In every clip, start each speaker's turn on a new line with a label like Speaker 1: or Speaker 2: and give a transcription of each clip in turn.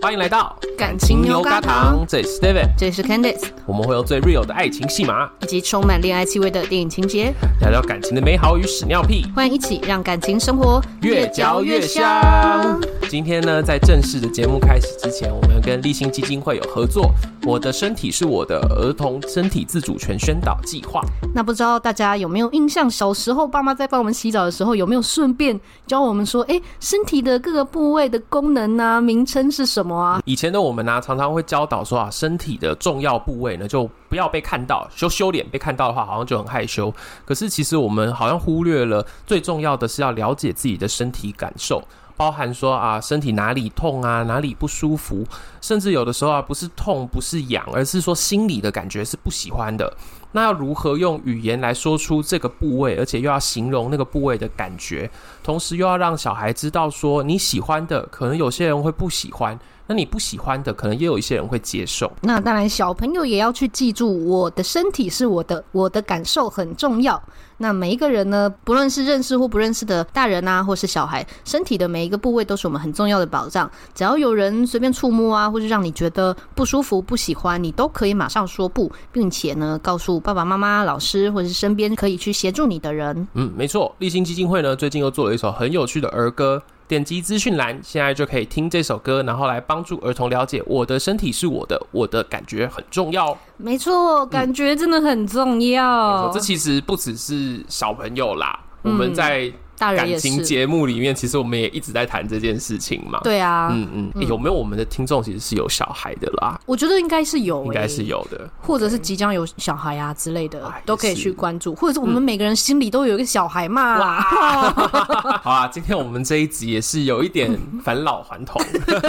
Speaker 1: 欢迎来到
Speaker 2: 感情牛轧糖，
Speaker 1: 这里是 David，
Speaker 2: 这里是 Candice，
Speaker 1: 我们会用最 real 的爱情戏码
Speaker 2: 以及充满恋爱气味的电影情节，
Speaker 1: 聊聊感情的美好与屎尿屁，
Speaker 2: 欢迎一起让感情生活
Speaker 1: 越嚼越香。今天呢，在正式的节目开始之前，我们跟立新基金会有合作，《我的身体是我的》儿童身体自主权宣导计划。
Speaker 2: 那不知道大家有没有印象，小时候爸妈在帮我们洗澡的时候，有没有顺便教我们说，哎、身体的各个部位的功能啊，名称是什么啊？
Speaker 1: 以前的我们呢、常常会教导说啊，身体的重要部位呢，就不要被看到，羞羞脸被看到的话，好像就很害羞。可是其实我们好像忽略了最重要的是要了解自己的身体感受，包含说啊，身体哪里痛啊，哪里不舒服，甚至有的时候啊，不是痛，不是痒，而是说心里的感觉是不喜欢的。那要如何用语言来说出这个部位，而且又要形容那个部位的感觉，同时又要让小孩知道说你喜欢的，可能有些人会不喜欢，那你不喜欢的，可能也有一些人会接受。
Speaker 2: 那当然，小朋友也要去记住，我的身体是我的，我的感受很重要。那每一个人呢，不论是认识或不认识的大人啊，或是小孩，身体的每一个部位都是我们很重要的保障。只要有人随便触摸啊，或是让你觉得不舒服、不喜欢，你都可以马上说不，并且呢，告诉爸爸妈妈、老师或是身边可以去协助你的人。
Speaker 1: 嗯，没错，立新基金会呢最近又做了一首很有趣的儿歌，点击资讯栏，现在就可以听这首歌，然后来帮助儿童了解我的身体是我的，我的感觉很重要哦。
Speaker 2: 没错，感觉真的很重要。
Speaker 1: 没错嗯这其实不只是小朋友啦，
Speaker 2: 嗯
Speaker 1: 我们在
Speaker 2: 大人
Speaker 1: 感
Speaker 2: 也
Speaker 1: 情
Speaker 2: 是，
Speaker 1: 节目里面，其实我们也一直在谈这件事情嘛。
Speaker 2: 对啊，
Speaker 1: 嗯嗯、欸有没有我们的听众其实是有小孩的啦？
Speaker 2: 我觉得应该是有、欸，
Speaker 1: 应该是有的。
Speaker 2: 或者是即将有小孩啊之类的
Speaker 1: 哎，
Speaker 2: 都可以
Speaker 1: 也是
Speaker 2: 去关注，或者是我们每个人心里都有一个小孩嘛。
Speaker 1: 好啊，今天我们这一集也是有一点返老还 童，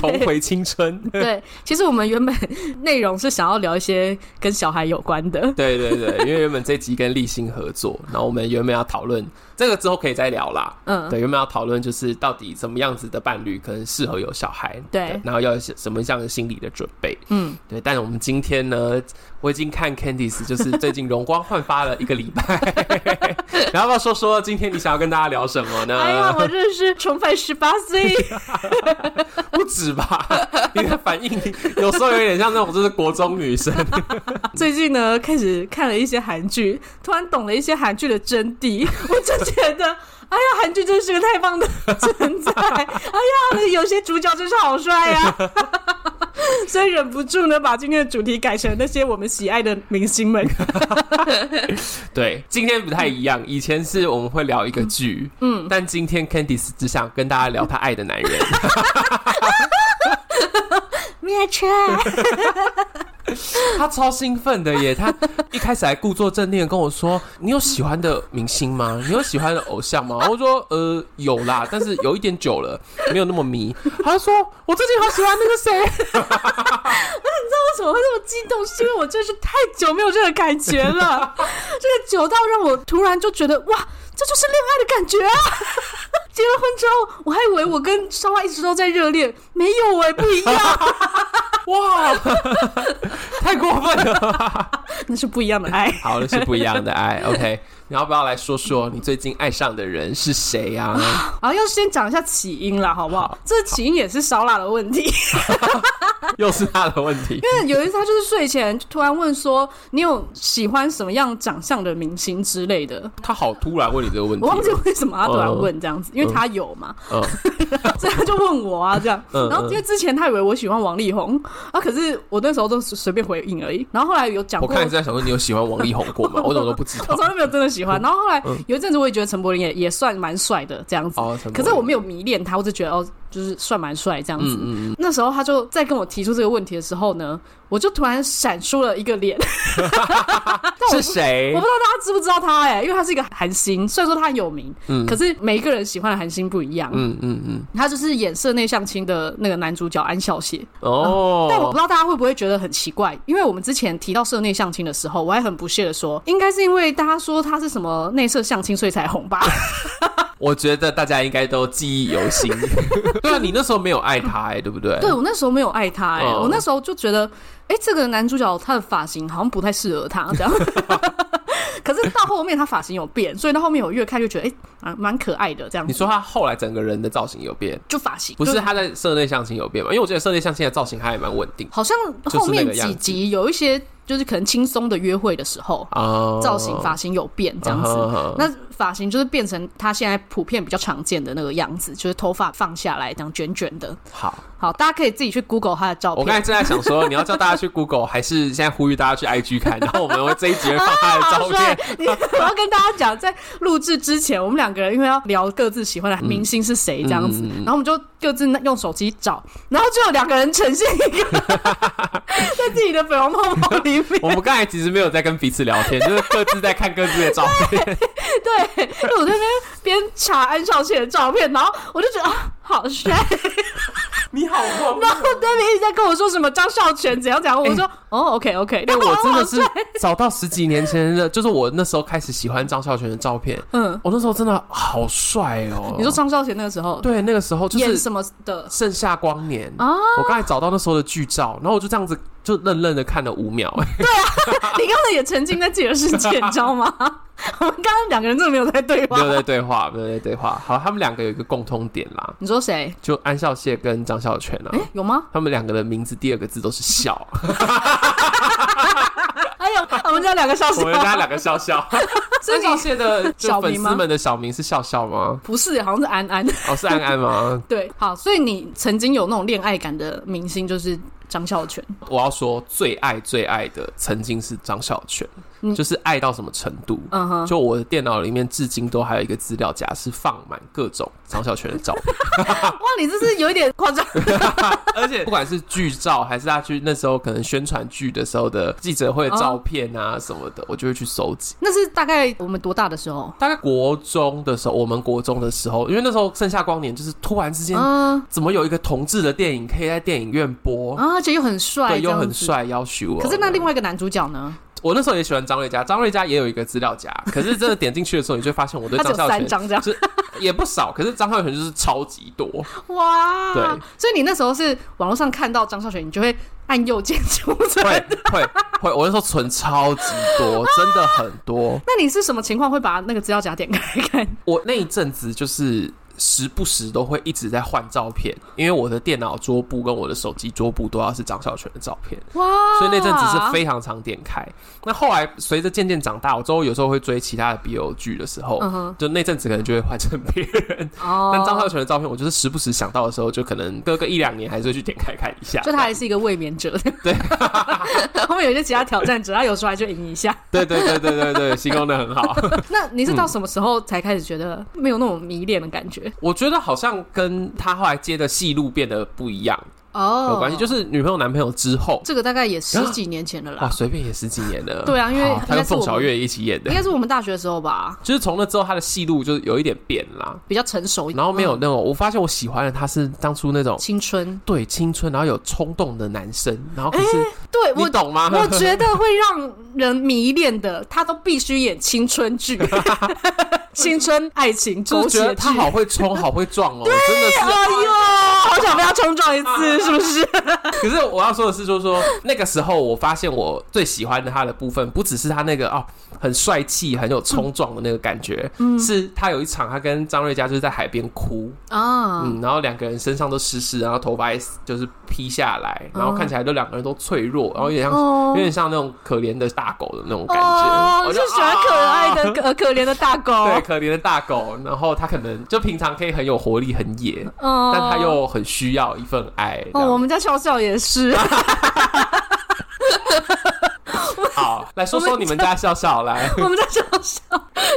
Speaker 1: 重回青春。
Speaker 2: 对，其实我们原本内容是想要聊一些跟小孩有关的，
Speaker 1: 对对对，因为原本这集跟立新合作，然后我们原本要讨论这个之后可以再聊啦。
Speaker 2: 嗯，
Speaker 1: 对，原本要讨论就是到底怎么样子的伴侣可能适合有小孩，
Speaker 2: 对
Speaker 1: 然后要有什么样的心理的准备，
Speaker 2: 嗯，
Speaker 1: 对。但我们今天呢，我已经看 Candice 就是最近容光焕发了一个礼拜， 然后要不要说说今天你想要跟大家聊什么呢？
Speaker 2: 哎呀，我真的是重返十八岁，
Speaker 1: 不止吧，你的反应有时候有点像那种就是国中女生，
Speaker 2: 最近呢开始看了一些韩剧，突然懂了一些韩剧的真谛， 我就觉得。哎呀，韩剧真是个太棒的 存在！哎呀，有些主角真是好帅呀、所以忍不住呢，把今天的主题改成那些我们喜爱的明星们。
Speaker 1: 对，今天不太一样。以前是我们会聊一个剧，嗯，但今天 Candice 只想跟大家聊她爱的男人。
Speaker 2: 灭车，啊
Speaker 1: 她超兴奋的耶，她一开始还故作镇定的跟我说：“你有喜欢的明星吗？你有喜欢的偶像吗？”我说：“呃，有啦，但是有一点久了，没有那么迷。”她就说：“我最近好喜欢那个谁。”
Speaker 2: 为什么会那么激动？是因为我真是太久没有这个感觉了，这个久到让我突然就觉得哇，这就是恋爱的感觉啊！结了婚之后，我还以为我跟烧花一直都在热恋，没有哎、不一样，
Speaker 1: 哇，太过分 了吧！
Speaker 2: 那是不一样的爱。
Speaker 1: 好，那是不一样的爱。OK，你要不要来说说你最近爱上的人是谁呀、啊？
Speaker 2: 然后要先讲一下起因啦，好不好？
Speaker 1: 好
Speaker 2: 这起因也是烧腊的问 题，
Speaker 1: 又是他的问题。
Speaker 2: 因为有一次他就是睡前突然问说：“你有喜欢什么样长相的明星之类的
Speaker 1: 他好突然问你这个问？”题
Speaker 2: 我
Speaker 1: 哦，
Speaker 2: 忘记为什么他突然
Speaker 1: 嗯
Speaker 2: 问这样子，因为他有嘛。
Speaker 1: 嗯，
Speaker 2: 所以他就问我啊，这样。
Speaker 1: 嗯
Speaker 2: 然后因为之前他以为我喜欢王力宏啊，可是我那时候都随随便回应而已。然后后来有讲
Speaker 1: 我
Speaker 2: 过，
Speaker 1: 看你在想说你有喜欢王力宏过 吗？我怎么都不知
Speaker 2: 我
Speaker 1: 道
Speaker 2: 从。来没有真的喜
Speaker 1: 嗯
Speaker 2: 欢。然后后来有一阵子我也觉得陈柏霖也也算蛮帅的这样子，
Speaker 1: 哦陈柏霖
Speaker 2: 可是我没有迷恋他，我只觉得哦，就是算蛮帅这样子。
Speaker 1: 嗯
Speaker 2: 那时候他就在跟我提出这个问题的时候呢，我就突然闪出了一个脸，但我
Speaker 1: 是
Speaker 2: 不
Speaker 1: 谁
Speaker 2: 我不？知道大家知不知道他哎、因为他是一个韩星，虽然说他很有名，可是每一个人喜欢的韩星不一样。
Speaker 1: 嗯嗯嗯，
Speaker 2: 他就是演《社内相亲》的那个男主角安孝燮，啊但我不
Speaker 1: 哦
Speaker 2: 知，道大家会不会觉得很奇怪，因为我们之前提到社内相亲的时候，我还很不屑的说，应该是因为大家说他是什么内设相亲，所以才红吧？
Speaker 1: 我觉得大家应该都记忆犹 新。对啊，你那时候没有爱他，哎，对不对？
Speaker 2: 对我那时候没有爱他、哎、
Speaker 1: 哦
Speaker 2: 我那时 候就觉得，哎、这个男主角他的发型好像不太适合他，这样。可可是到后面他发型有变，所以到后面我越看就觉得哎，蛮、蛮可爱的这样
Speaker 1: 你
Speaker 2: 子。
Speaker 1: 说他后来整个人的造型有变，
Speaker 2: 就发型
Speaker 1: 不是
Speaker 2: 就
Speaker 1: 他在社内相亲有变嘛？因为我觉得社内相亲的造型还蛮稳定
Speaker 2: 好像
Speaker 1: 就是那个
Speaker 2: 后面
Speaker 1: 样
Speaker 2: 几
Speaker 1: 子
Speaker 2: 集有一些就是可能轻松的约会的时候，
Speaker 1: 啊，
Speaker 2: 造型发型有变这样子。
Speaker 1: 啊哈啊哈
Speaker 2: 那发型就是变成他现在普遍比较常见的那个样子，就是头发放下来这样卷卷的。
Speaker 1: 好。
Speaker 2: 好，大家可以自己去 Google 他的照
Speaker 1: 我刚才
Speaker 2: 片。
Speaker 1: 正在想说，你要叫大家去 Google，还是现在呼吁大家去 IG 看？然后我们会这一集会放他的照
Speaker 2: 帅
Speaker 1: 片。！
Speaker 2: 你 我要跟大家讲，在录制之前，我们两个人因为要聊各自喜欢的明星是谁这样子，
Speaker 1: 嗯
Speaker 2: 然后我们就各自用手机找，然后就有两个人呈现 一个在自己的粉红泡泡里面。
Speaker 1: 我们刚才其实没有在跟彼此聊 天，就是各自在看各自的照片。
Speaker 2: 对，因为我在那边边查安少燮的照片，然后我就觉得啊，好帅。
Speaker 1: 你好荒
Speaker 2: 然后 David 一直在跟我说什么张孝全怎样怎样，我说、哦，OK OK，
Speaker 1: 哎、
Speaker 2: 但
Speaker 1: 我真的是找到十几年前的，就是我那时候开始喜欢张孝全的照片。
Speaker 2: 嗯，
Speaker 1: 我那时候真的好帅哦！
Speaker 2: 你说张孝全那个时候
Speaker 1: 对，那个时候就
Speaker 2: 演
Speaker 1: 是
Speaker 2: 什么的？
Speaker 1: 盛夏光年
Speaker 2: 啊
Speaker 1: 我刚才找到那时候的剧照，然后我就这样子就愣愣的看了五秒。
Speaker 2: 你刚才也沉浸在自己的世界，你知道吗？ 我们刚刚两个人真的没有在对
Speaker 1: 没有
Speaker 2: 话。
Speaker 1: 在对话，没有在对话。好，他们两个有一个共通点啦，
Speaker 2: 你说谁？
Speaker 1: 就安孝燮跟张孝全啊
Speaker 2: 哎、，有吗？
Speaker 1: 他们两个的名字第二个字都是 孝，
Speaker 2: 哎呦，我们家两个笑死
Speaker 1: 我们家
Speaker 2: 了。
Speaker 1: 两个孝孝。
Speaker 2: 所以
Speaker 1: 安
Speaker 2: 你
Speaker 1: 孝燮的就
Speaker 2: 小
Speaker 1: 粉
Speaker 2: 名吗
Speaker 1: 丝们的小名是孝孝吗？
Speaker 2: 不是，好像是安安。
Speaker 1: 哦，是安安吗？
Speaker 2: 对，好，所以你曾经有那种恋爱感的明星就是张孝全。
Speaker 1: 我要说最爱最爱的曾经是张孝全，
Speaker 2: 嗯
Speaker 1: 就是爱到什么程度？
Speaker 2: 嗯哼，
Speaker 1: 就我的电脑里面至今都还有一个资料夹是放满各种张孝全的照 片，
Speaker 2: 啊哇，你这是有一点 夸张。
Speaker 1: 而且不管是剧照还是他去那时候可能宣传剧的时候
Speaker 2: 哦
Speaker 1: 的记者会的照片啊什么的，我就会去收集。
Speaker 2: 那是大概我们多大的时候？
Speaker 1: 大概国中的时候，我们国中的时候，因为那时候盛夏光年就是突然之间，
Speaker 2: 嗯
Speaker 1: 怎么有一个同志的电影可以在电影院播？
Speaker 2: 啊，而且又很帅，
Speaker 1: 对，
Speaker 2: 这
Speaker 1: 又
Speaker 2: 样
Speaker 1: 很
Speaker 2: 子。
Speaker 1: 帅，要许我。
Speaker 2: 可是那另外一个男主角呢？
Speaker 1: 我那时候也喜欢张瑞佳，张瑞佳也有一个资料 夹，可是真的点进去的时候，你就会发现我对
Speaker 2: 他只
Speaker 1: 张
Speaker 2: 有
Speaker 1: 孝
Speaker 2: 三
Speaker 1: 全
Speaker 2: 张这样。
Speaker 1: 是也不少，可是张孝全就是超级 多。
Speaker 2: 哇，
Speaker 1: 对，
Speaker 2: 所以你那时候是网络上看到张孝全，你就会按右键出
Speaker 1: 会
Speaker 2: 来。
Speaker 1: 会会，我那时候存超级多，真的很多。
Speaker 2: 那你是什么情况会把那个资料夹点开看？
Speaker 1: 我那一阵子就是时不时都会一直在换照片，因为我的电脑桌布跟我的手机桌布都要是张孝全的照片，
Speaker 2: 哇！
Speaker 1: 所以那阵子
Speaker 2: 啊
Speaker 1: 是非常常点开。那后来随着渐渐长大，我之后有时候会追其他的 BL 剧的时候，
Speaker 2: 嗯哼
Speaker 1: 就那阵子可能就会换成别人。
Speaker 2: 哦，
Speaker 1: 但张孝全的照片，我就是时不时想到的时候，就可能隔个一两年还是会去点开看一下。
Speaker 2: 就他还是一个卫冕者，
Speaker 1: 对，
Speaker 2: 后面有一些其 他挑战者，他有时候还就赢一下。
Speaker 1: 对对对对对对，形容的很好。
Speaker 2: 那你是到什么时候才开始觉得没有那种迷恋的感觉？
Speaker 1: 我觉得好像跟他后来接的戏路变得不一样
Speaker 2: 哦，
Speaker 1: 嗯有关系，就是啊是女朋友男朋友之后，
Speaker 2: 这个大概也十几年前了
Speaker 1: 哇，
Speaker 2: 啦，
Speaker 1: 随便也十几年了。
Speaker 2: 对啊因为
Speaker 1: 好他
Speaker 2: 应该
Speaker 1: 跟
Speaker 2: 是
Speaker 1: 凤
Speaker 2: 我们
Speaker 1: 小岳一起演的
Speaker 2: 应，该是我们大学的时候吧，
Speaker 1: 就是从那之后他的戏路就是有一点变啦，
Speaker 2: 比较成熟，
Speaker 1: 然后没有
Speaker 2: 嗯
Speaker 1: 那种，我发现我喜欢的他是当初那种
Speaker 2: 青春。
Speaker 1: 对青春，然后有冲动的男生，然后可是
Speaker 2: 对
Speaker 1: 你
Speaker 2: 哎我
Speaker 1: 懂吗？
Speaker 2: 我觉得会让人迷恋的，他都必须演青 春剧、青春爱 情、
Speaker 1: 就
Speaker 2: 狗
Speaker 1: 是觉得
Speaker 2: 血
Speaker 1: 他
Speaker 2: 剧。
Speaker 1: 好会冲，好会撞哦，真的是。
Speaker 2: 哎呦，好想被他冲撞 一次，是不是？
Speaker 1: 可是我要说的是，就是说那个时候，我发现我最喜欢的他的部分，不只是他那个哦很帅气、很有冲撞的那个感觉，
Speaker 2: 嗯
Speaker 1: 是他有一场他跟张瑞佳就是在海边哭，
Speaker 2: 啊，
Speaker 1: 嗯，然后两个人身上都湿湿，然后头发也就是披下来，然后看起来都两个人都脆弱，然后有点像。
Speaker 2: 嗯哦
Speaker 1: 有点像那种可怜的大狗的那种感觉，
Speaker 2: 哦，
Speaker 1: 我
Speaker 2: 你
Speaker 1: 就是啊
Speaker 2: 喜欢可爱的、可可怜的大狗，
Speaker 1: 对可怜的大狗，然后它可能就平常可以很有活力、很野，
Speaker 2: 嗯，
Speaker 1: 但它又很需要一份爱。这
Speaker 2: 哦，
Speaker 1: 样
Speaker 2: 我们家笑笑也 是，
Speaker 1: 好，来说说你们家笑笑来。
Speaker 2: 我们家笑笑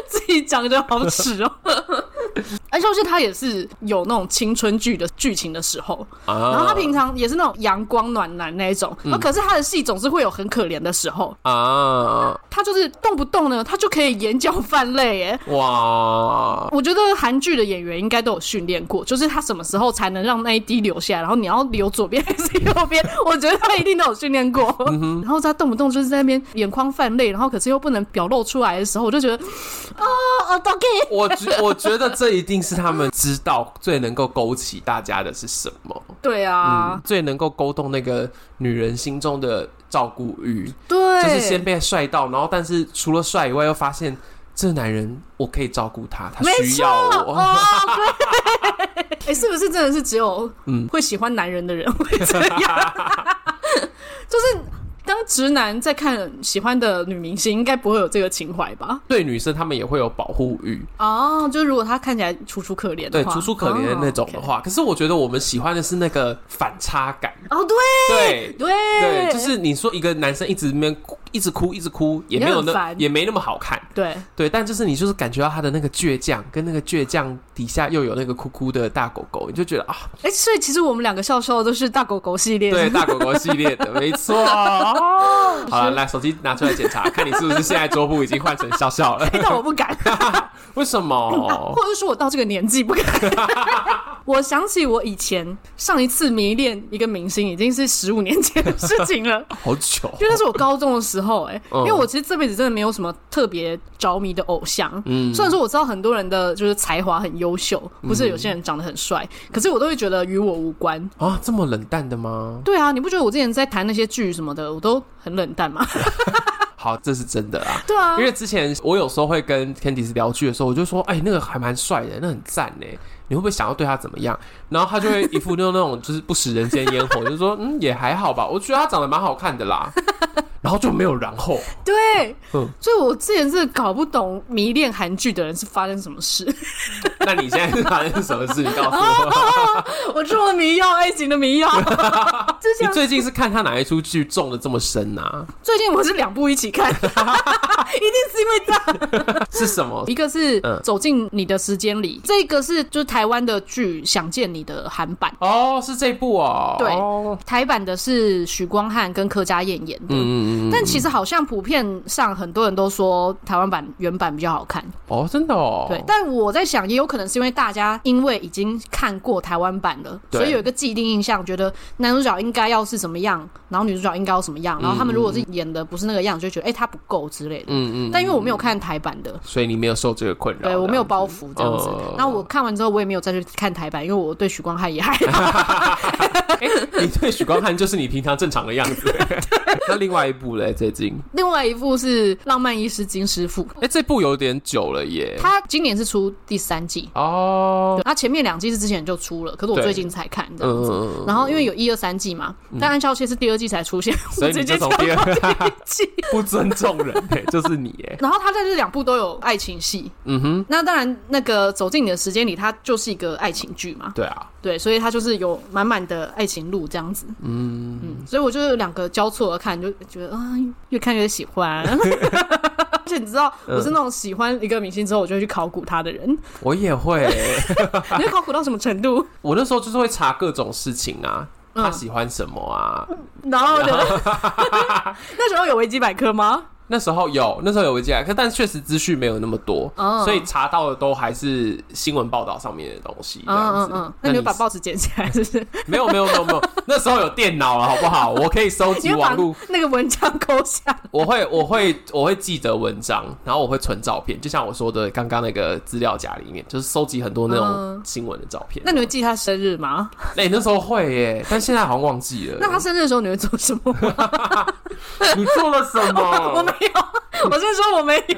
Speaker 2: 自己讲就好耻 哦。而且是他也是有那种青春剧的剧情的时候，
Speaker 1: 然
Speaker 2: 然后他平常也是那种阳光暖男那一种，
Speaker 1: 嗯
Speaker 2: 那、可是他的戏总是会有很可怜的时候，
Speaker 1: 啊，
Speaker 2: 他就是动不动呢，他就可以眼角泛泪耶。
Speaker 1: 哇，
Speaker 2: 我觉得韩剧的演员应该都有训练过，就是他什么时候才能让那一滴流下来，然后你要流左边还是右边， 我觉得他一定都有训练过。
Speaker 1: 嗯
Speaker 2: 然后他动不动就是在那边眼眶泛泪，然后可是又不能表露出来的时候，我就觉得啊，都可以。
Speaker 1: 我觉 我觉得这一定是他们知道最能够勾起大家的是什么，嗯
Speaker 2: 对啊，
Speaker 1: 最能够勾动那个女人心中的照顾欲，
Speaker 2: 对，
Speaker 1: 就是先被帅到，然后但是除了帅以外，又发现这男人我可以照顾他，他
Speaker 2: 没
Speaker 1: 需
Speaker 2: 错，
Speaker 1: 要我。
Speaker 2: 哦， 对，哎、是不是真的是只有
Speaker 1: 嗯
Speaker 2: 会喜欢男人 的人会这样？就是当直男在看喜欢的女明星，应该不会有这个情怀吧？
Speaker 1: 对女生，他们也会有保护欲，
Speaker 2: 哦，就如果他看起来楚楚可怜的
Speaker 1: 对
Speaker 2: 话，
Speaker 1: 楚楚可怜的那种的话。可是我觉得我们喜欢的是那个反差感，
Speaker 2: 哦，OK，哦，对
Speaker 1: 对
Speaker 2: 对
Speaker 1: 对，就是你说一个男生一直面一直哭一直哭，也没有
Speaker 2: 也很
Speaker 1: 那
Speaker 2: 烦
Speaker 1: 也没那么好看，
Speaker 2: 对
Speaker 1: 对，但就是你就是感觉到他的那个倔强，跟那个倔强底下又有那个哭哭的大狗狗，你就觉得啊，
Speaker 2: 哎、所以其实我们两个笑笑的都是大狗狗系列，
Speaker 1: 对，大狗狗系列的，没 错。好了，来手机拿出来检查，看你是不是现在桌布已经换成笑笑 了？
Speaker 2: 哎但我不 敢。
Speaker 1: 为什么
Speaker 2: 或？者说我到这个年纪不敢。 我想起我以前上一次迷恋一个明星，已经是十五年前的事情了，
Speaker 1: 好久，
Speaker 2: 因为那是我高中的时候、哎、
Speaker 1: 嗯
Speaker 2: 因为我其实这辈子真的没有什么特别着迷的偶像。
Speaker 1: 嗯
Speaker 2: 虽然说我知道很多人的就是才华很优秀，不是有些人长得很帅，可是我都会觉得与我无关。
Speaker 1: 啊，这么冷淡的吗？
Speaker 2: 对啊，你不觉得我之前在谈那些剧什么的，我都很冷淡吗？
Speaker 1: 好，这是真的啊。
Speaker 2: 对啊
Speaker 1: 因，为之前我有时候会跟 Candice 聊剧的时候，我就说，哎、那个还蛮帅的，那很赞呢。你会不会想要对他怎么样？然后他就会一副那种那种就是不食人间烟火，就说嗯也还好吧，我觉得他长得蛮好看的啦。 然后就没有然后，
Speaker 2: 对，
Speaker 1: 嗯
Speaker 2: 所以我之前是搞不懂迷恋韩剧的人是发生什么事。
Speaker 1: 那你现在是发生什么事？你
Speaker 2: 哦
Speaker 1: 告诉我，
Speaker 2: 我中了迷药，爱情 的迷药。之
Speaker 1: 你
Speaker 2: 前
Speaker 1: 最近是看他哪一出剧中的这么深啊？
Speaker 2: 最近我是两部一起看，一 定是因为这样。
Speaker 1: 是什么？
Speaker 2: 一个是
Speaker 1: 嗯
Speaker 2: 走进你的时间里，这个是就是台湾的剧《想见你》的韩版，
Speaker 1: 哦，是这部哦。
Speaker 2: 对
Speaker 1: 哦
Speaker 2: 台版的是许光汉跟柯佳燕演的。
Speaker 1: 嗯嗯嗯嗯，
Speaker 2: 但其实好像普遍上很多人都说台湾版原版比较好看，
Speaker 1: 哦，真的哦。
Speaker 2: 对。但我在想，也有可能是因为大家因为已经看过台湾版了，
Speaker 1: 对
Speaker 2: 所以有一个既定印象，觉得男主角应该要是什么样，然后女主角应该要什么样，然后他们如果是
Speaker 1: 嗯
Speaker 2: 演的不是那个样，就觉得哎、诶他不够之类的。
Speaker 1: 嗯嗯，
Speaker 2: 但因为我没有看台版的，
Speaker 1: 所以你没有受这个困扰。
Speaker 2: 对我没有
Speaker 1: 包。
Speaker 2: 包袱这样子
Speaker 1: 哦。
Speaker 2: 然后我看完之后，我也没有再去看台版，因为我对许光汉也还好。
Speaker 1: 你对许光汉就是你平常正常的样 子。那另外一部嘞，最近
Speaker 2: 另外一部是《浪漫医师金师傅》，
Speaker 1: 哎、这部有点久了耶。
Speaker 2: 他今年是出第三季，
Speaker 1: 哦，
Speaker 2: 对他前面两季是之前就出了，可是我
Speaker 1: 对
Speaker 2: 最近才看这样
Speaker 1: 嗯
Speaker 2: 子。
Speaker 1: 嗯嗯，
Speaker 2: 然后因为有一二三季嘛，但《暗笑切》是第二季才出现，
Speaker 1: 所以
Speaker 2: 我直
Speaker 1: 你
Speaker 2: 接
Speaker 1: 就从
Speaker 2: 跳到
Speaker 1: 第
Speaker 2: 第
Speaker 1: 二
Speaker 2: 一季。
Speaker 1: 不尊重人、 哎，就是你哎。
Speaker 2: 然后他在这两部都有爱情戏，
Speaker 1: 嗯哼，
Speaker 2: 那当然那个走进你的时间里，它就是一个爱情剧嘛，
Speaker 1: 对啊，
Speaker 2: 对，所以它就是有满满的爱情路这样子，嗯嗯，所以我就有两个交错的看，就觉得啊、越看越喜 欢。而且你知道，我是那种喜欢一个明星之后，我就会去考古他的 人。
Speaker 1: 我也 会、
Speaker 2: 你会考古到什么程度？
Speaker 1: 我那时候就是会查各种事情啊，
Speaker 2: 嗯
Speaker 1: 他喜欢什么啊。
Speaker 2: 然后呢？ 那时候有维基百科吗？
Speaker 1: 那时候有，那时候有维基百科，但确实资讯没有那么多，
Speaker 2: 哦
Speaker 1: 所以查到的都还是新闻报道上面的东西。这
Speaker 2: 嗯
Speaker 1: 样
Speaker 2: 嗯
Speaker 1: 子，
Speaker 2: 嗯，那你就把报纸捡起来，是不 是？
Speaker 1: 没有没有没有没有，那时候有电脑啊了，好不好？我可以收
Speaker 2: 你
Speaker 1: 集
Speaker 2: 会把
Speaker 1: 网络，
Speaker 2: 那个文章抠下来。
Speaker 1: 我会我会我会记得文章，然后我会存照片，就像我说的刚刚那个资料夹里面，就是收集很多那种
Speaker 2: 嗯
Speaker 1: 新闻的照片。
Speaker 2: 那你会记他生日吗？
Speaker 1: 哎、那时候会耶，但现在好像忘记了。
Speaker 2: 那他生日的时候你会做什么？
Speaker 1: 你做了什
Speaker 2: 我没
Speaker 1: 么？
Speaker 2: 有，我是说我没有。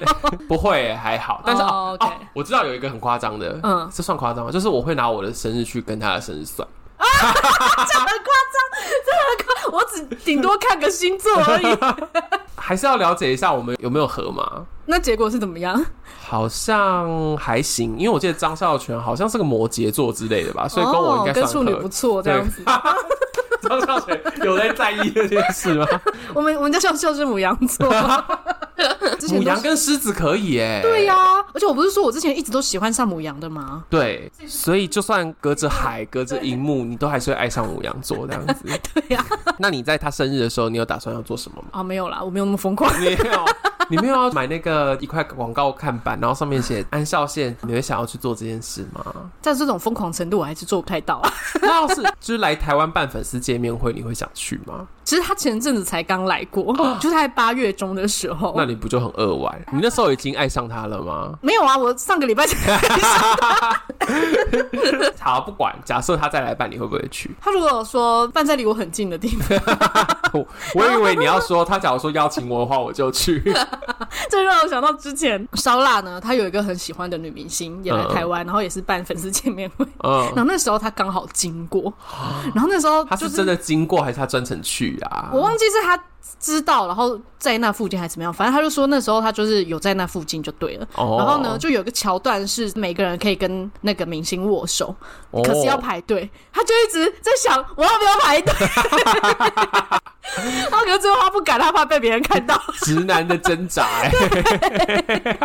Speaker 1: 不会耶，还好。但是哦
Speaker 2: 哦
Speaker 1: 哦
Speaker 2: ，OK
Speaker 1: 我知道有一个很夸张的，嗯
Speaker 2: 嗯，
Speaker 1: 这算夸张吗？就是我会拿我的生日去跟他的生日算。
Speaker 2: 我只顶多看个星座 而已。
Speaker 1: 还是要了解一下我们有没有合嘛？
Speaker 2: 那结果是怎么样？
Speaker 1: 好像还行，因为我记得张孝全好像是个摩羯座之类的吧，所以跟我应该
Speaker 2: 哦、
Speaker 1: 算
Speaker 2: 跟处女
Speaker 1: 合
Speaker 2: 不错这样子。
Speaker 1: 子。张孝全有在在意这件事吗？
Speaker 2: 我们我们家笑笑是母羊 座， 之前
Speaker 1: 母
Speaker 2: 都
Speaker 1: 羊跟狮子可以耶、
Speaker 2: 对、呀、而且我不是说我之前一直都喜欢上母羊的吗？
Speaker 1: 对，所以就算隔着海、隔着荧幕，你都还是会爱上母羊座这样子。
Speaker 2: 对呀、
Speaker 1: 那你在他生日的时候，你有打算要做什么吗？
Speaker 2: 哦啊，没有啦，我没有那么疯狂。
Speaker 1: 没有，你没有要买那个一块广告看板，然后上面写安孝县，你会想要去做这件事吗？
Speaker 2: 在这种疯狂程度，我还是做不太到啊。
Speaker 1: 那要是就是来台湾办粉丝见面会，你会想去吗？
Speaker 2: 其实他前阵子才刚来过，就是在八月中的时候。
Speaker 1: 哦那你不就很扼腕？你那时候已经爱上他了吗？
Speaker 2: 没有啊，我上个礼拜才
Speaker 1: 好，不管，假设他再来办，你会不会去？
Speaker 2: 他如果说办在离我很近的地方，
Speaker 1: 我 我以为你要说他，假如说邀请我的话，我就去。
Speaker 2: 这让我想到之前 烧腊呢，他有一个很喜欢的女明星也来台湾，然后也是办粉丝见面会，
Speaker 1: 嗯，
Speaker 2: 然后那时候他刚好经过， 然后那时候
Speaker 1: 他
Speaker 2: 就
Speaker 1: 嗯
Speaker 2: 是
Speaker 1: 真的经过还是他专程去啊？
Speaker 2: 我忘记是他知道，然后在那附近还是怎么样，反正他就说那时候他就是有在那附近就对了。
Speaker 1: 哦
Speaker 2: 然后呢，，就有一个桥段是每个人可以跟那个明星握手，
Speaker 1: 哦
Speaker 2: 可是要排队，他就一直在想我要不要排队。 然后可是最后他不敢，他怕被别人看到。
Speaker 1: 直男的挣扎、哎欸，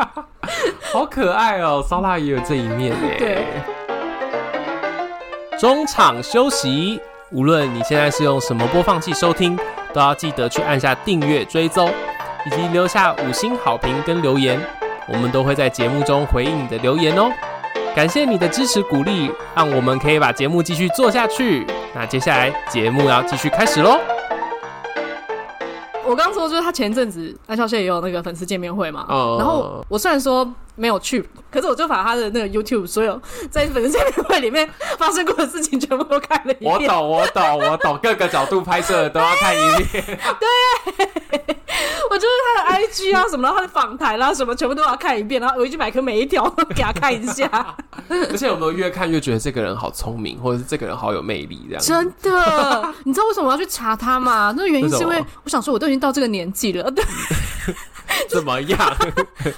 Speaker 1: 好可爱哦、烧腊也有这一面哎、中场休息，无论你现在是用什么播放器收听，都要记得去按下订阅追踪，以及留下五星好评跟留言，我们都会在节目中回应你的留言哦、感谢你的支持鼓励，让我们可以把节目继续做下去。那接下来节目要继续开始喽。
Speaker 2: 我刚说就是他前阵子安孝燮也有那个粉丝见面会嘛，
Speaker 1: 哦
Speaker 2: 然后我虽然说没有去，可是我就把他的那个 YouTube 所有 在粉丝见面会里面发生过的事情全部都看了 一
Speaker 1: 我
Speaker 2: 遍。
Speaker 1: 懂，我懂，我懂，各个角度拍摄的都要看一遍。
Speaker 2: 我就是他的 IG 啊什么，然后他的访谈啦、啊、什么，全部都要看一遍，然后我一句百科每一条都给他看一 下，
Speaker 1: 而且有没有越看越觉得这个人好聪明，或者是这个人好有魅力这样子？
Speaker 2: 真的。你知道为什么我要去查他吗？那原因是因
Speaker 1: 为什
Speaker 2: 为
Speaker 1: 么
Speaker 2: 我想说我都已经到这个年纪了，呃对，
Speaker 1: 怎么样？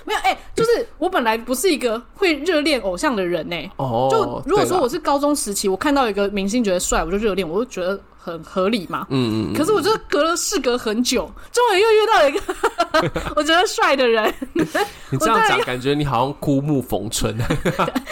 Speaker 2: 没有哎、就是我本来不是一个会热恋偶像的人哎呢、
Speaker 1: 哦，
Speaker 2: 就如果
Speaker 1: 对
Speaker 2: 说
Speaker 1: 啦
Speaker 2: 我，是高中时期，我看到一个明星觉得帅，我就热恋，我就觉得很合理嘛。
Speaker 1: 嗯嗯
Speaker 2: 可是我就隔了事隔很久，终于又遇到了一个 我觉得帅的人，
Speaker 1: 嗯，你这样讲，感觉你好像枯木逢春。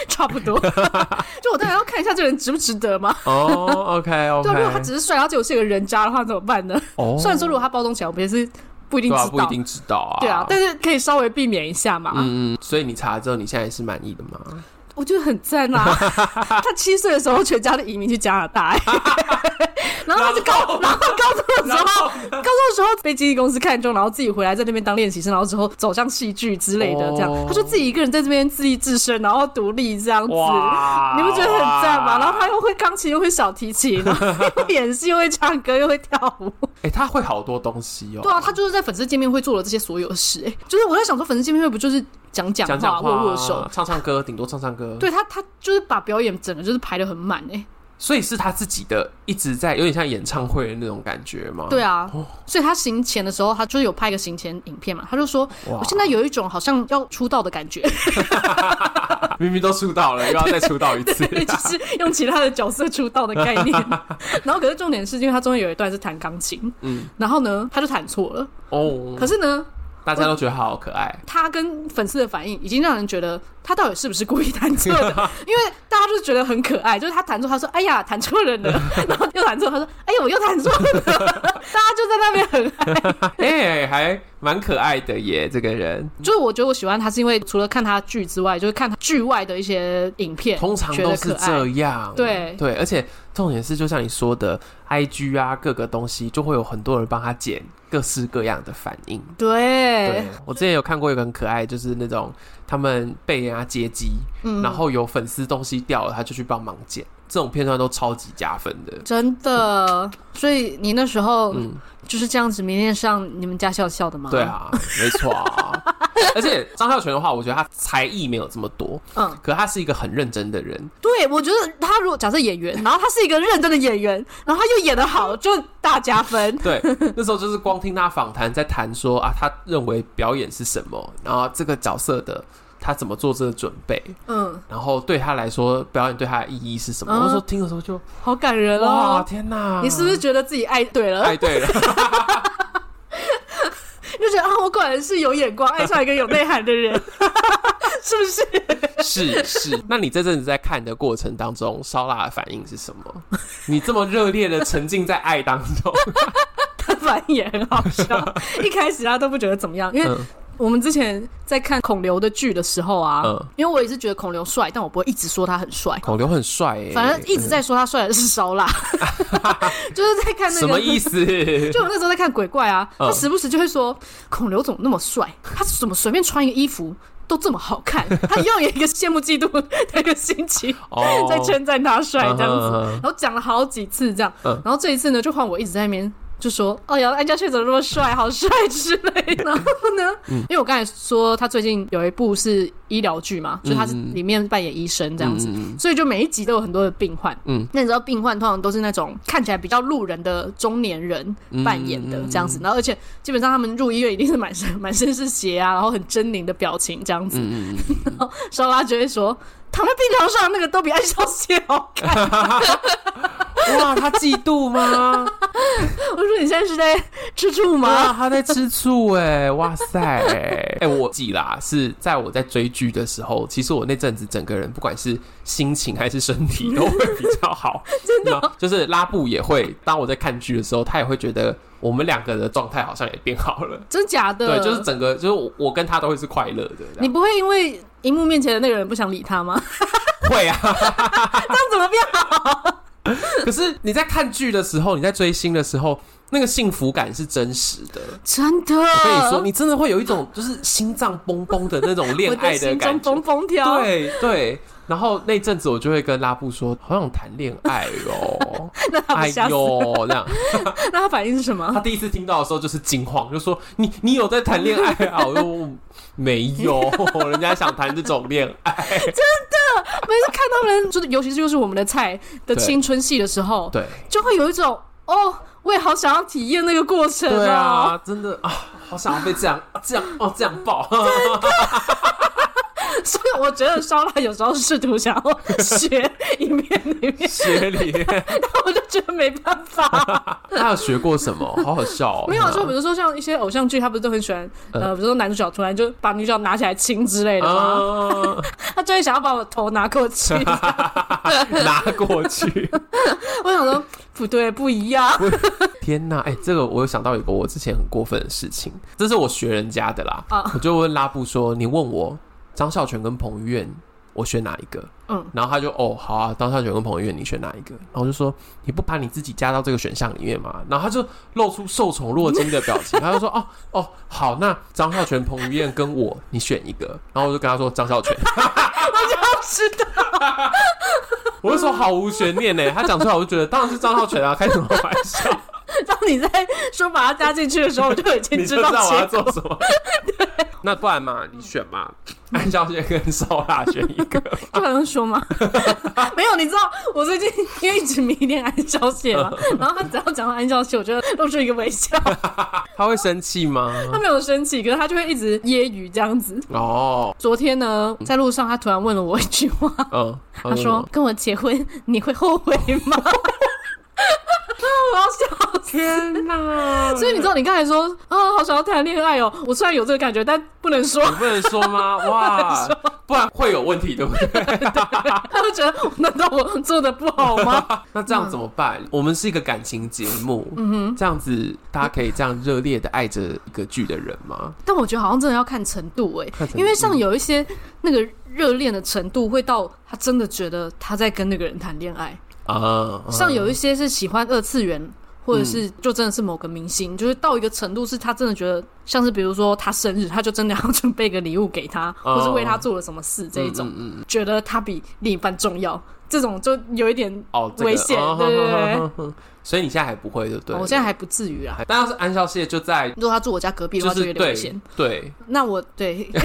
Speaker 2: 差不 多。就我当然要看一下这个人值不值得嘛。
Speaker 1: 哦，OK
Speaker 2: 对啊，如果他
Speaker 1: OK，
Speaker 2: 只是帅，然后结果是个人渣的话，怎么办呢？
Speaker 1: 哦
Speaker 2: 虽然说如果他包装起来，我们也是不一定
Speaker 1: 对
Speaker 2: 知
Speaker 1: 啊，
Speaker 2: 道，
Speaker 1: 不一定知道啊。
Speaker 2: 对啊，但是可以稍微避免一下嘛。
Speaker 1: 嗯嗯，所以你查了之后，你现在是满意的吗？
Speaker 2: 我觉得很 赞啊！他七岁的时候，全家都移民去加拿大、欸然后他是高，然后高中的时候，高中的时候被经纪公司看中，然后自己回来在那边当练习生，然后之后走向戏剧之类的，这样。
Speaker 1: 哦
Speaker 2: 他就自己一个人在这边自力自身，然后独立这样子。
Speaker 1: 哇
Speaker 2: 你不觉得很赞吗？
Speaker 1: 哇
Speaker 2: 然后他又会钢琴，又会小提琴，然后又会演戏，又会唱歌，又会跳舞。
Speaker 1: 哎，他会好多东西哦。
Speaker 2: 对啊，他就是在粉丝见面会做了这些所有事、欸。就是我在想说，粉丝见面会不就是讲讲
Speaker 1: 讲
Speaker 2: 话、
Speaker 1: 讲话啊，
Speaker 2: 握握手？
Speaker 1: 唱唱歌，顶多唱唱歌。，
Speaker 2: 对他，他就是把表演整个就是排的很满哎、欸
Speaker 1: 所以是他自己的，一直在有点像演唱会的那种感觉吗？
Speaker 2: 对，啊
Speaker 1: 哦，
Speaker 2: 所以他行前的时候，他就有拍一个行前影片嘛，他就说
Speaker 1: 哇
Speaker 2: 我现在有一种好像要出道的感觉，
Speaker 1: 明明都出道了，又要再出道一 次。
Speaker 2: 就是啊用其他的角色出道的概 念。然后可是重点是因为他中间有一段是弹钢琴，
Speaker 1: 嗯，
Speaker 2: 然后呢他就弹错了，
Speaker 1: 哦，
Speaker 2: 可是呢
Speaker 1: 大家都觉得好可爱。
Speaker 2: 他跟粉丝的反应已经让人觉得他到底是不是故意弹错 的，因为大家就觉得很可爱，就是他弹错，他说哎呀弹错人 了，然后又弹错，他说哎呀我又弹错了， 大家就在那边很
Speaker 1: 哎、还蛮可爱的耶，这个人
Speaker 2: 就是我觉得我喜欢他是因为除了看他剧之外，就是看他剧外的一些影片，
Speaker 1: 通常
Speaker 2: 觉
Speaker 1: 都
Speaker 2: 得
Speaker 1: 是
Speaker 2: 可
Speaker 1: 这
Speaker 2: 爱。
Speaker 1: 样。
Speaker 2: 对
Speaker 1: 对，而且重点是，就像你说的，IG 啊，各个东西就会有很多人帮他剪各式各样的反应。对
Speaker 2: 对，
Speaker 1: 我之前有看过一个很可爱，就是那种他们被人家接机，
Speaker 2: 嗯
Speaker 1: 然后有粉丝东西掉了，他就去帮忙捡，这种片段都超级加分的。
Speaker 2: 真的。所以你那时候
Speaker 1: 嗯
Speaker 2: 就是这样子迷恋上你们家笑笑的吗？
Speaker 1: 对，啊，没错 啊。而且张孝全的话，我觉得他才艺没有这么多，
Speaker 2: 嗯，
Speaker 1: 可他是一个很认真的人。。
Speaker 2: 对，我觉得他如果假设演员，然后他是一个认真的演员，然后他又演得好，就大加分
Speaker 1: 对，那时候就是光听他访谈在谈说啊，他认为表演是什么，然后这个角色的他怎么做这个准备，
Speaker 2: 嗯，
Speaker 1: 然后对他来说表演对他的意义是什么。
Speaker 2: 嗯
Speaker 1: 那时候听的时候就
Speaker 2: 好感人
Speaker 1: 哇哎
Speaker 2: 哦。
Speaker 1: 天哪，
Speaker 2: 你是不是觉得自己爱对了？
Speaker 1: 太对了？
Speaker 2: 你就觉得啊，我果然是有眼光，爱上一个有内涵 的人，是不是？
Speaker 1: 是是。那你这阵子在看的过程当中，烧腊的反应是什么？你这么热烈的沉浸在爱当中，
Speaker 2: 反应也很好笑。一开始他都不觉得怎么样，因为
Speaker 1: 嗯
Speaker 2: 我们之前在看孔刘的剧的时候啊，
Speaker 1: 嗯
Speaker 2: 因为我也是觉得孔刘帅，但我不会一直说他很帅。
Speaker 1: 孔刘很帅、欸，
Speaker 2: 反正一直在说他帅的是烧 腊，就是在看那个
Speaker 1: 什么意思？
Speaker 2: 就我那时候在看鬼怪啊，
Speaker 1: 嗯
Speaker 2: 他时不时就会说孔刘怎么那么帅，他怎么随便穿一个衣服都这么好看，他又有一个羡慕嫉妒的一个心情
Speaker 1: 哦，
Speaker 2: 在称赞他帅这样
Speaker 1: 嗯
Speaker 2: 子，
Speaker 1: 嗯嗯
Speaker 2: 然后讲了好几次这样，
Speaker 1: 嗯
Speaker 2: 然后这一次呢就换我一直在那边。就说：“哎呀，安家雀怎么那么帅，好帅之类的。”然 后呢，
Speaker 1: 嗯
Speaker 2: 因为我刚才说他最近有一部是医疗剧嘛，就他是里面扮演医生这样子，
Speaker 1: 嗯
Speaker 2: 所以就每一集都有很多的病患。
Speaker 1: 嗯
Speaker 2: 嗯，那你知道病患通常都是那种看起来比较路人的中年人
Speaker 1: 嗯
Speaker 2: 扮演的这样子，然后而且基本上他们入医院一定是满身 满身是血啊，然后很狰狞的表情这样子。
Speaker 1: 嗯嗯
Speaker 2: 然后莎拉就会说：“躺在病床上那个都比爱笑血好看。
Speaker 1: 嗯哇，他嫉妒 吗？”
Speaker 2: 我说：“你现在是在吃醋
Speaker 1: 哇，
Speaker 2: 吗
Speaker 1: 他在吃醋哎、哇塞哎、我记啦，是在我在追剧的时候，其实我那阵子整个人不管是心情还是身体都会比较 好，真
Speaker 2: 哦
Speaker 1: 的，就是拉布也会，当我在看剧的时候，他也会觉得我们两个的状态好像也变好了，？”
Speaker 2: 真假的？
Speaker 1: 对，就是整个就是我我跟他都会是快乐的，这
Speaker 2: 你
Speaker 1: 样
Speaker 2: 不会因为荧幕面前的那个人不想理 他吗？
Speaker 1: 会啊。
Speaker 2: 这样怎么变好？
Speaker 1: 可是你在看剧的时候，你在追星的时候，那个幸福感是真实的。
Speaker 2: 真的，
Speaker 1: 我
Speaker 2: 我
Speaker 1: 跟你说，你真的会有一种就是心脏蹦蹦的那种恋
Speaker 2: 嗯我
Speaker 1: 爱
Speaker 2: 的心
Speaker 1: 感
Speaker 2: 中
Speaker 1: 觉
Speaker 2: 蹦。蹦跳。
Speaker 1: 对对，然后那阵子我就会跟拉布说，好想谈恋爱哦，
Speaker 2: 那他
Speaker 1: 哎
Speaker 2: 不吓死？
Speaker 1: 呦，这样。
Speaker 2: 那他反应 是什么
Speaker 1: 他？第一次听到的时候就是惊慌，就说你你有在谈恋爱啊？我说我没有，人家想谈这种恋爱。
Speaker 2: 每次看他们，就是尤其是就是我们的菜的青春戏的时候，
Speaker 1: 对
Speaker 2: 就会有一种哦，我也好想要体验那个过程
Speaker 1: 对
Speaker 2: 哦。
Speaker 1: 啊，真的啊，好想要被这样这样哦这样抱。
Speaker 2: 所以我觉得烧腊有时候试图想要学影片里面，
Speaker 1: 学理，
Speaker 2: 但我就觉得没办法。
Speaker 1: 他有学过什么？好好笑哦。
Speaker 2: 没有，就啊比
Speaker 1: 嗯
Speaker 2: 如说像一些偶像剧，他不是都很喜欢，呃，比如说男主角突然就把女主角拿起来亲 之类的吗？
Speaker 1: 啊，
Speaker 2: 他就会想要把我头拿过去。
Speaker 1: 拿过去。
Speaker 2: 我想说，不对，不一 样。
Speaker 1: 天呐，哎、这个我有想到一个我之前很过分的事情，这是我学人家的啦。
Speaker 2: 啊
Speaker 1: 我就问拉布说：“你问我张孝全跟彭于晏，我选哪一个？”
Speaker 2: 嗯，
Speaker 1: 然后他就哦，好啊，张孝全跟彭于晏，你选哪一个？然后我就说：“你不把你自己加到这个选项里面吗？”然后他就露出受宠若惊的表情，他就说：“哦哦，好，那张孝全、彭于晏跟我，你选一个。”然后我就跟他说：“张孝全。”
Speaker 2: 是的，
Speaker 1: 我就说毫无悬念呢，他讲出来我就觉得当然是张浩全啊，开什么玩笑？
Speaker 2: 当你在说把它加进去的时候，我就已 经
Speaker 1: 你就知
Speaker 2: 道
Speaker 1: 道我要
Speaker 2: 结
Speaker 1: 做
Speaker 2: 果。
Speaker 1: 什么？那不然嘛，你选嘛， 安小姐跟烧腊选一个。
Speaker 2: 不能说吗？没有，你知道我最近因为一直迷恋安小 姐嘛，然后他只要讲到安小姐，我就露出一个微笑。
Speaker 1: 他会生气吗？
Speaker 2: 他没有生气，可是他就会一直揶揄这样子。
Speaker 1: 哦，
Speaker 2: 昨天呢，在路上他突然问了我一句话，
Speaker 1: 嗯，
Speaker 2: 他说：“跟我结婚你会后悔吗？”我要笑死！
Speaker 1: 天 哪！
Speaker 2: 所以你知道，你刚才说啊，好想要谈恋爱哦。我虽然有这个感觉，但不能说。
Speaker 1: 你不能说吗？ 哇，不然会有问题，对不 对？
Speaker 2: 他会觉得，难道我做的不好吗？
Speaker 1: 那这样怎么办？我们是一个感情节目，嗯哼，这样子大家可以这样热烈的爱着一个剧的人吗？
Speaker 2: 但我觉得好像真的要看程度哎、
Speaker 1: 看程度
Speaker 2: 因为像有一些那个热恋的程度，会到他真的觉得他在跟那个人谈恋爱。
Speaker 1: 啊，
Speaker 2: 像有一些是喜欢二次元，或者
Speaker 1: 嗯
Speaker 2: 是就真的是某个明星，就是到一个程度是他真的觉得，像是比如说他生日，他就真的要准备一个礼物给他，
Speaker 1: 哦
Speaker 2: 或是为他做了什么事这一种，
Speaker 1: 嗯嗯
Speaker 2: 觉得他比另一半重要，这种就有一点。
Speaker 1: 哦，这个
Speaker 2: 危险
Speaker 1: 哦
Speaker 2: 对对对
Speaker 1: 哼哼哼 所以你现在还不会，对不对？
Speaker 2: 哦我现在还不至于啦。
Speaker 1: 还，但要是安孝燮就在
Speaker 2: 如果他住我家隔壁的
Speaker 1: 就
Speaker 2: 话，就是有点危
Speaker 1: 对
Speaker 2: 险。
Speaker 1: 对，
Speaker 2: 那我对，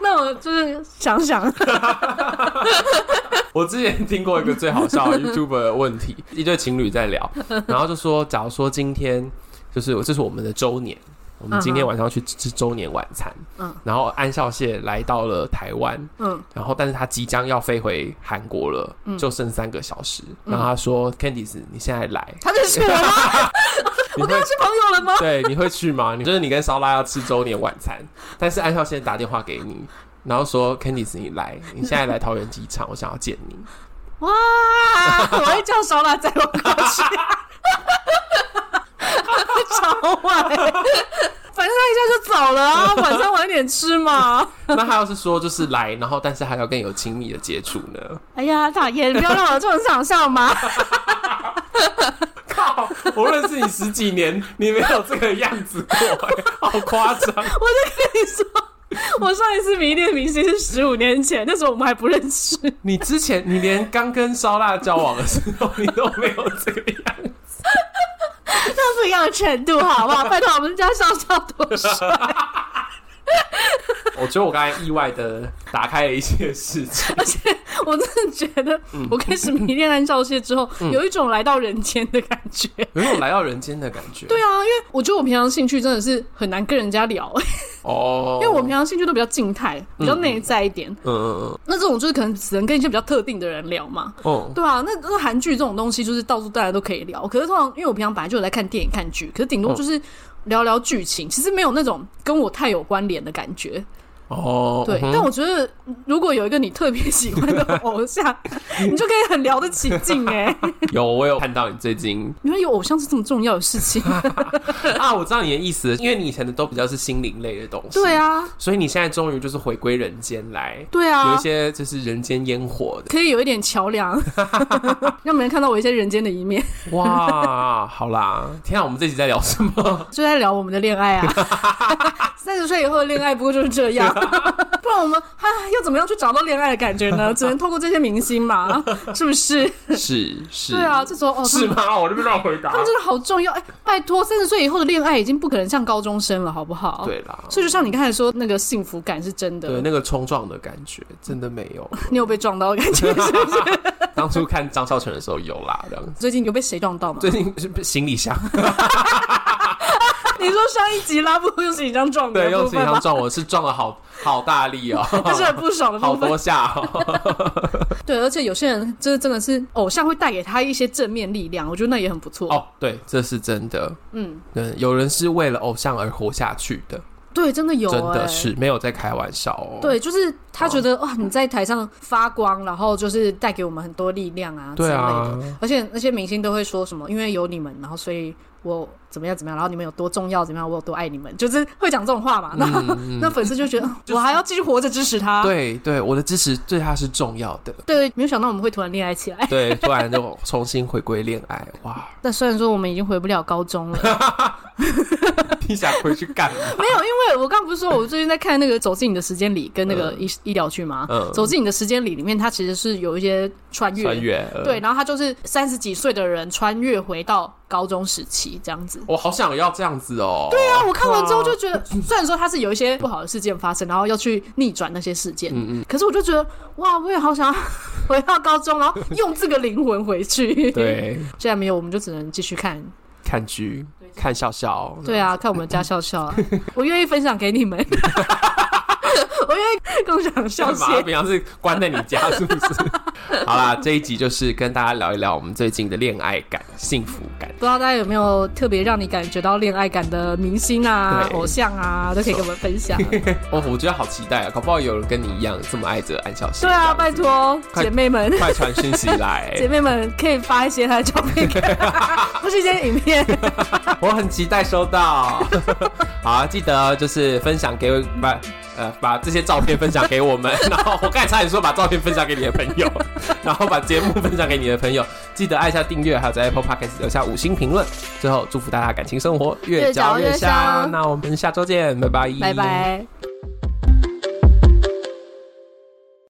Speaker 2: 那我就是想想，
Speaker 1: 我之前听过一个最好笑的 YouTuber 的问题，一对情侣在 聊，然后就说，假如说今天就是这是我们的周年。我们今天晚上要去吃吃周年晚餐，嗯
Speaker 2: 嗯，
Speaker 1: 然后安孝燮来到了台湾，
Speaker 2: 嗯，
Speaker 1: 然后但是他即将要飞回韩国了，就剩三个小时。
Speaker 2: 嗯
Speaker 1: 然后他说：“Candice，你现在 来，
Speaker 2: 他认识我 吗？
Speaker 1: 你会
Speaker 2: 是朋友了吗？
Speaker 1: 对，你会去吗？你就是你跟烧腊要吃周年晚餐，但是安孝先打电话给你，然后说 Candice 你来，你现在来桃园机场，我想要见你。
Speaker 2: 哇，我会叫烧腊载我 过去，超坏，反正他一下就走了啊，晚餐晚点吃嘛。
Speaker 1: 那他要是说就是来，然后但是还要跟你有亲密的接触呢？
Speaker 2: 哎呀，讨厌，不要让我有这种想象嘛。
Speaker 1: 靠！我认识你十几年，你没有这个样子过、欸， 好夸张！
Speaker 2: 我就跟你说，我上一次迷恋明星是十五年前，那时候我们还不认识。
Speaker 1: 你之前你连刚跟烧腊交往的时候，你都没有这个样子。
Speaker 2: 那不一样的程度，好不好？拜托，我们家上校多帅，
Speaker 1: 我觉得我刚才意外的打开了一些事情。
Speaker 2: 而且我真的觉得，我开始迷恋安少燮之后，有一种来到人间的感觉。
Speaker 1: 有一种来到人间的感觉。
Speaker 2: 对啊，因为我觉得我平常兴趣真的是很难跟人家聊，
Speaker 1: 哦，
Speaker 2: 因为我平常兴趣都比较静态，比较内在一点。
Speaker 1: 嗯嗯
Speaker 2: 那这种就是可能只能跟一些比较特定的人聊嘛。
Speaker 1: 嗯哦
Speaker 2: 对啊，那那韩剧这种东西就是到处大家都可以聊，可是通常因为我平常本来就有在看电影、看剧，可是顶多就是聊聊剧情，其实没有那种跟我太有关联的感觉。
Speaker 1: 哦，
Speaker 2: 对，
Speaker 1: 嗯
Speaker 2: 但我觉得如果有一个你特别喜欢的偶 像，你就可以很聊得起劲哎、
Speaker 1: 有我有看到你最近
Speaker 2: 原来有偶像是这么重要的事情。
Speaker 1: 啊，我知道你的意思了，因为你以前的都比较是心灵类的东西。
Speaker 2: 对。啊，
Speaker 1: 所以你现在终于就是回归人间来，
Speaker 2: 对
Speaker 1: 有一
Speaker 2: 啊，
Speaker 1: 些就是人间烟火的
Speaker 2: 可以有一点桥 梁，让别人看到我一些人间的一面，
Speaker 1: 哇，好啦，天啊，我们这集在聊什么？
Speaker 2: 就在聊我们的恋爱啊。 三十岁以后的恋爱不过就是这样， 不然我们啊要怎么样去找到恋爱的感觉 呢？只能透过这些明星嘛，是不是？
Speaker 1: 是是，
Speaker 2: 对啊，这时候哦，他
Speaker 1: 是
Speaker 2: 们
Speaker 1: 吗？我这边乱回答
Speaker 2: 他。们真的好重要哎、拜托，三十岁以后的恋爱已经不可能像高中生了，好不好？。
Speaker 1: 对啦，
Speaker 2: 所以就像你刚才说，那个幸福感是真
Speaker 1: 对
Speaker 2: 哦的。
Speaker 1: 那个冲撞的感觉真的没有。
Speaker 2: 你有被撞到的感觉是不 是？
Speaker 1: 当初看张孝全的时候有啦，这样子。
Speaker 2: 最近有被谁撞到吗？
Speaker 1: 最近是行李箱，
Speaker 2: 你说上一集拉布用行李箱撞的
Speaker 1: 对，用
Speaker 2: 部
Speaker 1: 行李
Speaker 2: 分
Speaker 1: 箱
Speaker 2: 吗？
Speaker 1: 撞我是撞了好好大力 哦、
Speaker 2: 那是很不爽的
Speaker 1: 好
Speaker 2: 部分。
Speaker 1: 多下、哦。
Speaker 2: 对，而且有些人这真的是偶像会带给他一些正面力量，我觉得那也很不错。
Speaker 1: 哦，对，这是真的。
Speaker 2: 嗯，
Speaker 1: 嗯，有人是为了偶像而活下去的，
Speaker 2: 对，真的有、欸，
Speaker 1: 真的是没有在开玩笑哦。
Speaker 2: 对，就是他觉得哇、你在台上发光，然后就是带给我们很多力量啊之
Speaker 1: 对
Speaker 2: 类的。
Speaker 1: 啊，
Speaker 2: 而且那些明星都会说什么，因为有你们，然后所以我怎么样怎么样，然后你们有多重要，怎么样，我有多爱你们，就是会讲这种话嘛。
Speaker 1: 嗯
Speaker 2: 然后、那粉丝嗯 就觉得、
Speaker 1: 就是
Speaker 2: 我还要继续活着支持他。
Speaker 1: 对对，我的支持对他是重要的。
Speaker 2: 对，没有想到我们会突然恋爱起 来。
Speaker 1: 对，突然就重新回归恋爱， 哇！
Speaker 2: 但虽然说我们已经回不了高中了，
Speaker 1: 你想回去干嘛？
Speaker 2: 没有，因为我刚不是说我最近在看那个《走进你的时间里》跟那个医、医疗剧吗？
Speaker 1: 嗯
Speaker 2: 走进你的时间里》里面，它其实是有一些呃穿越，
Speaker 1: 穿越？呃
Speaker 2: 对，，然后他就是三十几岁的人穿越回到高中时期这样子。
Speaker 1: 我好想要这样子哦。
Speaker 2: 对啊，我看完之后就觉得， 虽然说它是有一些不好的事件发生，然后要去逆转那些事件，
Speaker 1: 嗯
Speaker 2: 可是我就觉得，哇，我也好想要 回到高中，然后用这个灵魂回去。，
Speaker 1: 对，
Speaker 2: 既然没有，我们就只能继续看。
Speaker 1: 看剧，看笑笑。
Speaker 2: 对啊，看我们家笑笑啊， 我愿意分享给你们， 我愿意共享笑
Speaker 1: 干嘛？
Speaker 2: 谢。
Speaker 1: 平常是关在你家是不是？ 好啦，这一集就是跟大家聊一聊我们最近的恋爱感、幸福感。
Speaker 2: 不知道大家有没有特别让你感觉到恋爱感的明星啊、
Speaker 1: 对
Speaker 2: 偶像啊，都可以跟我们分享。
Speaker 1: 哦，我觉得好期待啊！搞不好有人跟你一样这么爱着安小希。
Speaker 2: 对啊，拜，托
Speaker 1: 快哎
Speaker 2: 姐妹们，！
Speaker 1: 快传讯息来
Speaker 2: 姐妹们可以发一些她的照片 给我，不是一些影片。
Speaker 1: 我很期待收到。 好、啊，记得就是分享给我把呃把这些照片分享给我们， 然后我刚才差点说把照片分享给你的朋友， 然后把节目分享给你的朋友，记得按下订阅，还有在 Apple Podcast 留下五星评论。最后祝福大家感情生活越
Speaker 2: 越嚼
Speaker 1: 嚼越
Speaker 2: 越香
Speaker 1: 香，那我们下周见，拜拜，
Speaker 2: 拜拜。